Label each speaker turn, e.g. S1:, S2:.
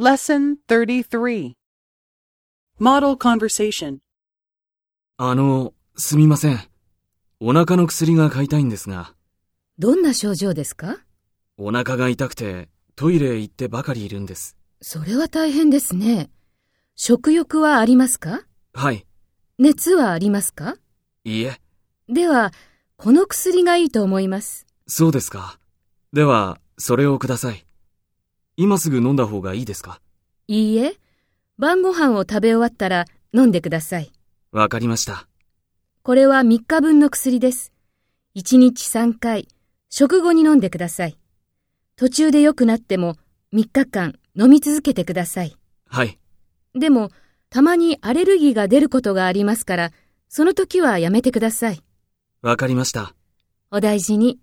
S1: Lesson 33 Model Conversation
S2: あの、すみません。お腹の薬が買いたいんですが、
S3: どんな症状ですか
S2: お腹が痛くてトイレへ行ってばかりいるんです。
S3: それは大変ですね。食欲はありますか
S2: はい、
S3: 熱はありますか
S2: いいえ、
S3: では、この薬がいいと思います。
S2: そうですか。では、それをください。今すぐ飲んだ方がいいですか
S3: いいえ、晩ご飯を食べ終わったら飲んでください。
S2: わかりました。
S3: これは3日分の薬です。1日3回、食後に飲んでください。途中で良くなっても3日間飲み続けてください。
S2: はい、
S3: でも、たまにアレルギーが出ることがありますから、その時はやめてください。
S2: わかりました。
S3: お大事に。